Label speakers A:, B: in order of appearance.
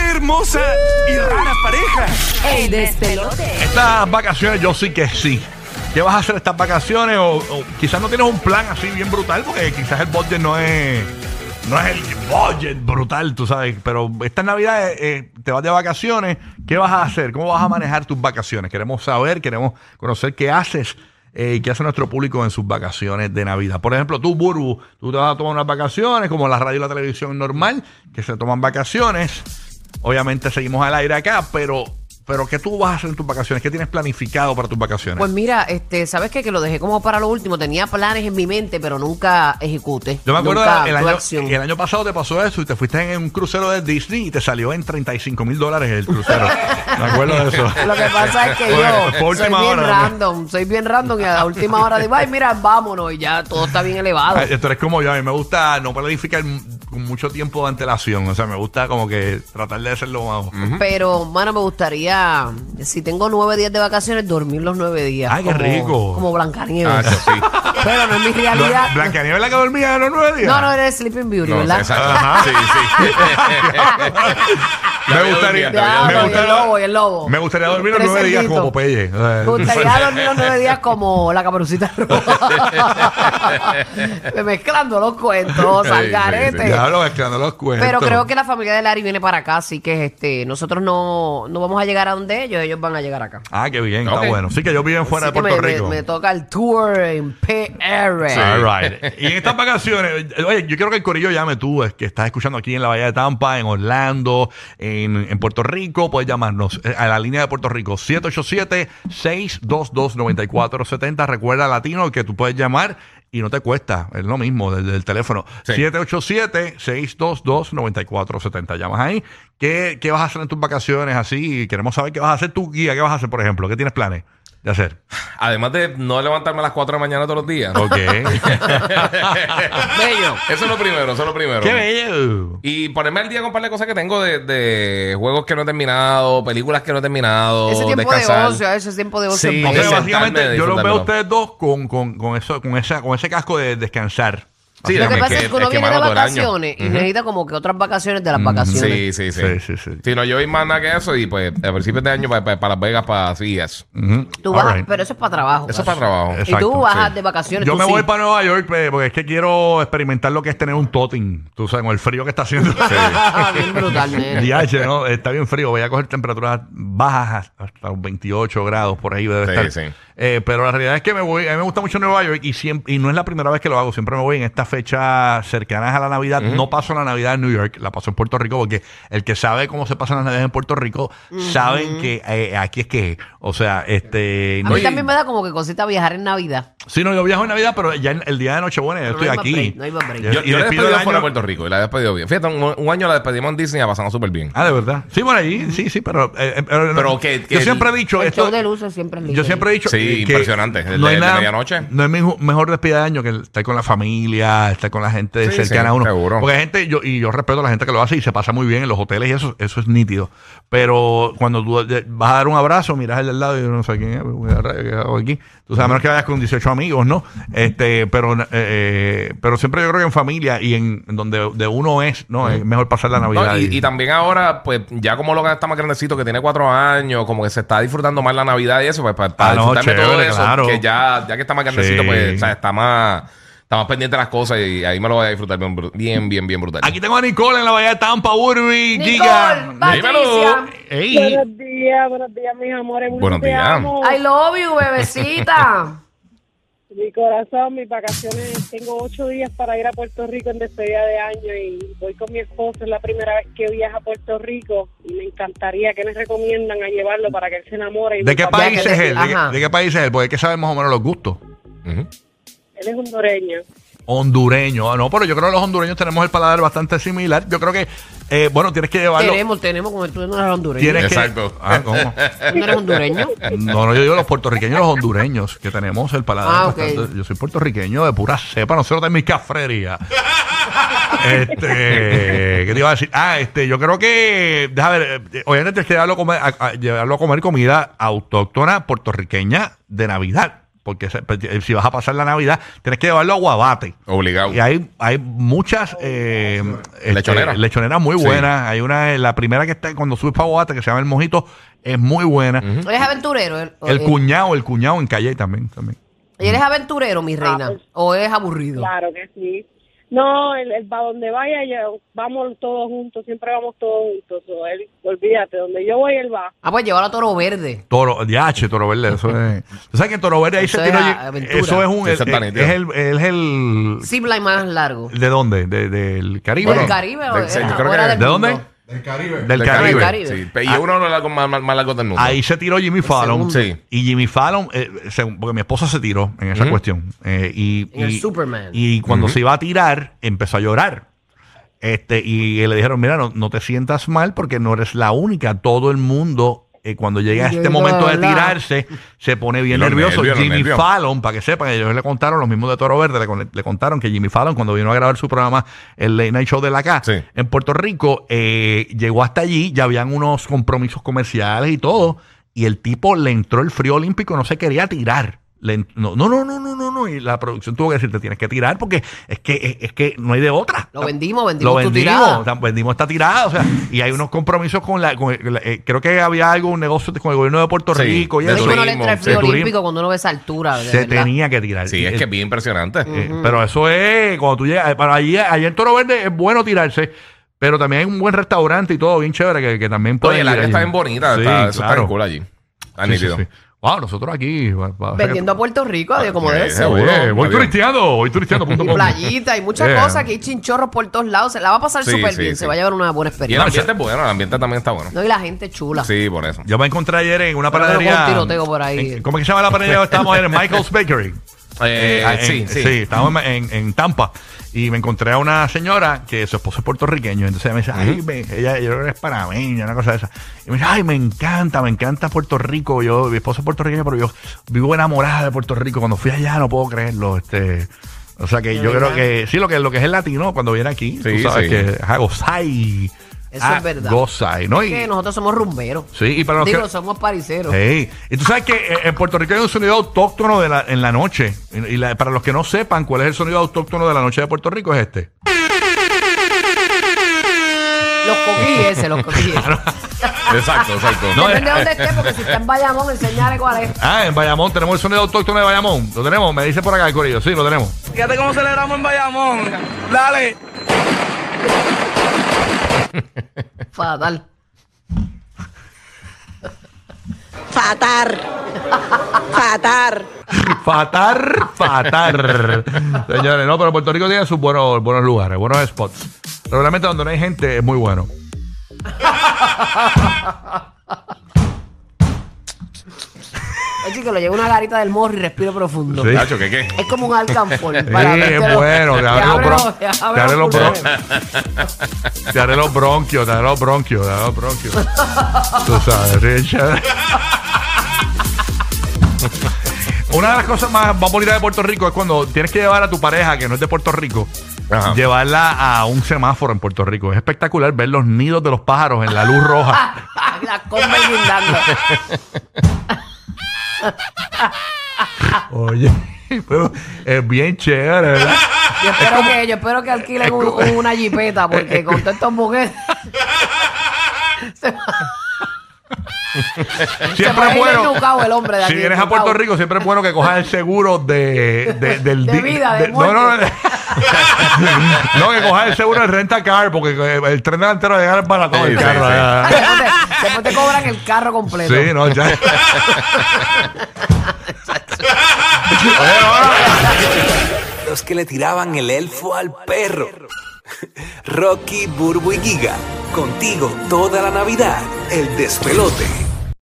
A: hermosa y rara pareja.
B: El despelote.
C: Estas vacaciones yo sí que sí. ¿Qué vas a hacer estas vacaciones? O, o quizás no tienes un plan así bien brutal, porque quizás el budget no es, no es el budget brutal, tú sabes. Pero esta Navidad te vas de vacaciones. ¿Qué vas a hacer? ¿Cómo vas a manejar tus vacaciones? Queremos saber, queremos conocer qué haces eh, y qué hace nuestro público en sus vacaciones de Navidad. Por ejemplo, tú, Burbu, tú te vas a tomar unas vacaciones, como la radio y la televisión normal, que se toman vacaciones. Obviamente seguimos al aire acá, pero, pero ¿qué tú vas a hacer en tus vacaciones? ¿Qué tienes planificado para tus vacaciones?
B: Pues mira, este, ¿sabes qué? Que lo dejé como para lo último. Tenía planes en mi mente, pero nunca ejecuté.
C: Yo me acuerdo
B: Nunca
C: el,
B: tuve
C: año,
B: acción.
C: el año pasado te pasó eso y te fuiste en un crucero de Disney y te salió en 35 mil dólares el crucero. me acuerdo de eso.
B: Lo que pasa es que
C: Fue-
B: yo
C: fue
B: soy
C: última
B: bien
C: hora, ¿no?
B: random, soy bien random y a la última hora digo, ay, mira, vámonos y ya todo está bien elevado.
C: Ay, Esto es como yo, a mí me gusta no planificar m- con mucho tiempo de antelación, o sea, me gusta como que tratar de hacerlo más.
D: Mm.
B: Pero, mano, me gustaría, si tengo nueve días de vacaciones, dormir los nueve días.
C: Ay, qué
B: como-
C: rico.
B: Como
D: Ah,
B: Blancanieves.
D: eso sí.
B: pero no es mi realidad.
C: Blanca Blancanieves la que dormía a los nueve días.
B: No, no, eres Sleeping Beauty,
D: No,
B: ¿verdad?
D: exacto. Sí, sí.
C: me gustaría,
D: Ya, ya,
C: me
D: ya,
B: el
C: gustaría,
B: lobo, y el lobo.
C: me gustaría dormir los
B: Tres
C: nueve días
B: cerditos.
C: como Popeye. O sea,
B: Me gustaría dormir los nueve días como la caperucita roja. Me Mezclando los cuentos,
D: Sí, sí,
B: al garete.
D: sí.
C: Ya hablo mezclando los cuentos.
B: Pero creo que la familia de Larry viene para acá, así que este, nosotros no, no vamos a llegar a donde ellos, ellos van a llegar acá.
C: Ah, qué bien,
D: Ok.
C: está bueno. Sí que ellos viven fuera
B: Así
C: de
B: que
C: Puerto
B: me, me-
C: Rico.
B: Me, toca el tour en PR.
C: All right. Y en estas vacaciones, oye, yo quiero que el Corillo llame tú, es que estás escuchando aquí en la Bahía de Tampa, en Orlando, en, en Puerto Rico, puedes llamarnos eh, a la línea de Puerto Rico, 787-622-9470. Recuerda, latino, que tú puedes llamar y no te cuesta, es lo mismo desde el teléfono.
D: Sí.
C: 787-622-9470. Llamas ahí. ¿Qué, ¿Qué vas a hacer en tus vacaciones así? Queremos saber qué vas a hacer tu guía, qué vas a hacer, por ejemplo, qué tienes planes de hacer.
D: Además de no levantarme a las 4 de la mañana todos los días.
C: Ok.
B: Bello.
D: Eso es lo primero, eso es lo primero.
C: ¡Qué bello!
D: Y ponerme al día con un par de cosas que tengo de, de juegos que no he terminado, películas que no he terminado.
B: Ese tiempo
D: descansar.
B: de ocio, ¿eh? a veces ese tiempo de ocio.
D: Sí,
C: O
B: es bello.
C: sea,
D: Sentarme,
C: básicamente, yo los veo
D: disfrutármelo.
C: a ustedes dos con, con, con eso, con, esa, con ese casco de descansar.
D: Sí,
B: Lo que
D: déjame,
B: pasa es que uno viene de
D: mano, todo el año.
B: vacaciones y
D: Ujú.
B: necesita como que otras vacaciones de las vacaciones.
D: Sí, sí, sí.
C: Sí, sí, sí.
D: Si no, yo voy más nada que eso y pues a principios de año para, para, Las Vegas, para Sillas.
C: Ujú.
B: Tú vas,
C: Alright.
B: Pero eso es para trabajo.
D: Eso es para
B: Cacho.
D: trabajo.
C: Es-
B: Y tú
C: Exacto,
B: bajas
C: sí.
B: de vacaciones.
C: Yo
B: tú
C: me
B: sí.
C: voy para Nueva York eh, porque es que quiero experimentar lo que es tener un toting, tú sabes, con el frío que está haciendo.
B: Bien brutal, nene.
C: DH, ¿no? Está bien frío, voy a coger temperaturas bajas hasta los 28 grados por ahí debe
D: Sí,
C: estar.
D: sí.
C: Eh, pero la realidad es que me voy, a mí me gusta mucho Nueva York y siempre, y no es la primera vez que lo hago, siempre me voy en estas fechas cercanas a la Navidad. No paso la Navidad en New York, la paso en Puerto Rico, porque el que sabe cómo se pasan las Navidades en Puerto Rico, saben que eh, aquí es que, o sea, este
B: A mí
D: Oye.
B: también me da como que cosita viajar en Navidad.
C: si no, yo viajo en Navidad, pero ya en- el día de Nochebuena yo
B: No
C: estoy
B: hay más
C: aquí.
B: break, no hay más break.
C: Y-
B: Yo-
D: Yo,
C: y
D: yo la he
C: despido
D: despedido
C: el año-
D: fuera de Puerto Rico y la he despedido bien. Fíjate, un, un año la despedimos en Disney y la pasamos súper bien.
C: Ah, de verdad. Sí, por ahí, sí, sí, pero. eh, eh,
D: Pero que-
C: yo
D: que
C: siempre
D: el-
C: he dicho.
B: el
C: esto,
B: show de luces siempre es lindo.
C: Yo siempre he dicho.
D: Sí,
C: que
D: impresionante, el de- de medianoche.
C: No es mi ju- mejor despedida de año que el- estar con la familia, estar con la gente
D: Sí,
C: cercana
D: sí,
C: a uno.
D: seguro.
C: Porque hay gente, yo, y yo respeto a la gente que lo hace y se pasa muy bien en los hoteles y eso, eso es nítido. Pero cuando tú de- vas a dar un abrazo, miras al del lado y yo no sé quién es, pero voy a rayos, ¿qué hago aquí? Tú sabes, a menos que vayas con 18 amigos, ¿no? Este, pero, eh, pero siempre yo creo que en familia y en, en donde de uno es, ¿no? Es mejor pasar la
D: No,
C: Navidad.
D: y, y también ahora, pues ya como Logan está más grandecito, que tiene cuatro años, como que se está disfrutando más la Navidad y eso, pues para, para
C: Ah, no,
D: disfrutarme todo
C: chévere,
D: eso,
C: claro.
D: que ya, ya que está más grandecito,
C: Sí.
D: pues o sea, está más está más pendiente de las cosas y ahí me lo voy a disfrutar bien, bru- bien, bien, bien brutal.
C: Aquí tengo a Nicole en la Bahía de Tampa, Urbi,
B: Nicole,
C: Giga.
B: Patricia.
C: Ey.
E: Buenos días, buenos días, mis amores.
D: Buenos
E: Te
D: días.
E: amo.
B: I love you, bebecita.
E: Mi corazón, mis vacaciones. Tengo ocho días para ir a Puerto Rico en despedida de año y voy con mi esposo. Es la primera vez que viaja a Puerto Rico y me encantaría que me recomiendan a llevarlo para que él se enamore. Y
C: ¿De qué
E: nunca-
C: país
B: que
C: es
B: te-
C: él? ¿De qué,
B: ajá.
C: de qué país es él? Porque hay que saber más o menos los gustos.
D: Ujú.
E: Él es hondureño.
C: Hondureño. Ah, no, pero yo creo que los hondureños tenemos el paladar bastante similar. Yo creo que, eh, bueno, tienes que llevarlo.
B: tenemos, tenemos, como tú no eres hondureño.
C: Tienes que-
D: Exacto.
C: Ah, ¿cómo?
B: ¿Tú no eres hondureño?
C: No, no, yo digo los puertorriqueños y los hondureños, que tenemos el paladar.
B: Ah, ok.
C: bastante- Yo soy puertorriqueño de pura cepa, nosotros de mi cafrería. este, ¿qué te iba a decir? Ah, este, yo creo que, déjame ver, eh, obviamente tienes que llevarlo a comer, a- a- llevarlo a comer comida autóctona puertorriqueña de Navidad. Porque se- pe- si vas a pasar la Navidad, tienes que llevarlo a Guabate.
D: Obligado.
C: Y hay, hay muchas eh, este,
D: Lechoneras.
C: lechoneras muy
D: Sí.
C: buenas. Hay una, eh, la primera que está cuando subes para Guabate, que se llama El Mojito, es muy buena.
B: ¿Tú eres aventurero? El,
C: El
B: eh,
C: cuñado, el cuñado en Calle también. también.
B: ¿Eres aventurero, mi reina?
E: pues-
B: ¿O eres aburrido?
E: Claro que sí. No, él, él va donde vaya, yo, vamos todos juntos, siempre vamos todos juntos. O él, olvídate, donde yo voy, él va.
B: Ah, pues llevar a Toro Verde.
C: Toro, DH, Toro Verde, eso es. ¿Tú sabes que Toro Verde ahí
B: Eso
C: se tira
B: es
C: allí-
B: aventura.
C: Eso es un.
D: Sí,
C: Es,
D: Santana,
C: es-
D: tío.
C: es el, es el-
B: Zipline más largo.
C: ¿De dónde? De- ¿Del Caribe?
B: ¿Del
D: Bueno,
B: Caribe o
D: del-
B: era-
D: yo creo
B: o era
D: que-
B: del
C: ¿De dónde?
B: mundo?
F: Del Caribe.
C: Del Caribe. Ah.
B: Caribe.
D: Sí. Y uno de los largos- más, más, más largos del mundo.
C: Ahí se tiró Jimmy Fallon.
D: segundo. Sí.
C: Y Jimmy Fallon, eh, según- porque mi esposa se tiró en esa
D: Ujú.
C: cuestión. eh, y,
B: En el
C: y-
B: Superman.
C: Y cuando se iba a tirar, empezó a llorar. Este, y le dijeron, mira, no, no te sientas mal porque no eres la única. Todo el mundo, eh, cuando llega
B: Llega
C: este momento de
B: la-
C: tirarse, se pone bien
D: Los
C: nervioso.
D: nervios, los
C: Jimmy
D: nervios.
C: Fallon, para que sepan, ellos le contaron, los mismos de Toro Verde, le, con- le contaron que Jimmy Fallon, cuando vino a grabar su programa, el Late Night Show de la K,
D: Sí.
C: en Puerto Rico, eh, llegó hasta allí, ya habían unos compromisos comerciales y todo, y el tipo le entró el frío olímpico, no se quería tirar. Le en- no, no, no, no, no, no, no, y la producción tuvo que decir, te tienes que tirar porque es que, es, es que no hay de otra.
B: Lo vendimos, vendimos
C: Lo
B: tu
C: vendimos,
B: tirada.
C: tam- vendimos esta tirada, o sea, y hay unos compromisos con la, con la- eh, creo que había algo, un negocio con el gobierno de Puerto
D: Sí,
C: Rico y
D: de
B: Es
C: eso.
B: que uno le
D: turismo,
B: entra el
D: de
B: frío
C: turismo.
B: olímpico cuando uno ve esa altura. de
C: se
B: verdad.
C: tenía que tirar.
D: Sí, es
C: Eh,
D: que es bien impresionante.
C: eh, Pero eso es, cuando tú llegas, eh, para allí, allá en Toro Verde es bueno tirarse, pero también hay un buen restaurante y todo bien chévere que, que también puede.
D: Oye, el área está bien bonita. está, eso está bien cool allí. Está nítido.
C: Wow, nosotros aquí. va- va-
B: Vendiendo a Puerto Rico, adiós, como
D: Eh,
B: debe ser.
D: seguro.
C: Eh, voy
D: Adiós.
C: turisteando, voy turisteando.com.
B: Y playita y muchas
C: Eh.
B: cosas, que hay chinchorros por todos lados. Se la va a pasar
D: Sí,
B: súper
D: sí,
B: bien,
D: sí.
B: se va a llevar una buena
D: Y el
B: experiencia.
D: ambiente es bueno, el ambiente también está bueno.
B: No, y la gente chula.
D: Sí, por eso.
C: Yo me encontré ayer en una
B: Pero creo que hubo
C: panadería.
B: un tiroteo por ahí.
C: en- ¿Cómo es que se llama la panadería? donde Estábamos en Michael's Bakery.
D: Eh,
C: Eh,
D: sí,
C: en-
D: sí.
C: estábamos en, en Tampa y me encontré a una señora que su esposo es puertorriqueño. Entonces ella me dice, ay, me- ella, yo creo que es panameña, una cosa de esa. Y me dice, ay, me encanta, me encanta Puerto Rico. Yo, mi esposo es puertorriqueño, pero yo vivo enamorada de Puerto Rico. Cuando fui allá no puedo creerlo. Este, o sea que
B: ¿De
C: yo
B: verdad?
C: creo que sí, lo que, lo que es el latino cuando viene aquí,
D: Sí,
C: tú sabes
D: sí.
C: que ajá, gozai.
B: Eso
C: Ah,
B: es verdad.
C: Gozai, ¿no? Y-
B: Que nosotros somos rumberos.
C: Sí, y para los
B: Digo,
C: que-
B: somos pariceros.
C: Sí. Y tú sabes que eh, en Puerto Rico hay un sonido autóctono de la, en la noche. Y, y la- para los que no sepan cuál es el sonido autóctono de la noche de Puerto Rico, es este.
B: Los coquíes, los coquíes.
D: Exacto, exacto.
C: No,
B: Depende
C: eh,
B: de dónde esté, porque si está en Bayamón, enseñale cuál es.
C: Ah, en Bayamón tenemos el sonido autóctono de Bayamón. Lo tenemos, me dice por acá el corillo. Sí, lo tenemos.
A: Fíjate cómo celebramos en Bayamón. Dale.
B: Fatal.
G: Fatar. Fatar.
C: Fatar, fatar. Señores, no, pero Puerto Rico tiene sus buenos, buenos lugares, buenos spots. Pero realmente donde no hay gente es muy bueno.
B: Es que lo lleva una garita del morro y respiro profundo.
C: Sí.
D: Nacho, ¿qué qué?
B: Es como un alcanfor.
C: Sí,
B: para
C: es
B: que lo-
C: bueno, te
B: te
C: abre los
B: abre
C: bron-
B: los- te abre
C: te abre
B: los
C: los bron-
B: pulmones.
C: te abre los bronquios, te abre los bronquios, te abre los bronquios. Tú sabes, Richard. Una de las cosas más, más bonitas de Puerto Rico es cuando tienes que llevar a tu pareja que no es de Puerto Rico,
D: Ajá.
C: llevarla a un semáforo en Puerto Rico. Es espectacular ver los nidos de los pájaros en la luz roja.
B: La comba y guindando.
C: Oye, pero es bien chévere, ¿verdad?
B: Yo espero, que, yo espero que alquilen un-
C: como-
B: una jipeta, porque con todos estos mujeres. Se
C: Siempre
B: puede
C: es
B: ir
C: bueno.
B: desnucado el hombre de
C: Si
B: aquí,
C: vienes a
B: desnucado.
C: Puerto Rico, siempre es bueno que cojas el seguro de, de- del
B: De
C: di-
B: vida, de
C: no, no, no.
B: muerte.
C: No, que cojas el seguro del renta car, porque eh, el tren delantero de llegar es barato
D: Sí,
C: el
D: sí,
C: carro.
D: sí.
C: ¿verdad?
B: Después te, después te cobran el carro completo.
C: Sí, no, ya. Oye, no,
A: Los que le tiraban el elfo al perro. Rocky, Burbu y Giga. Contigo toda la Navidad. El despelote.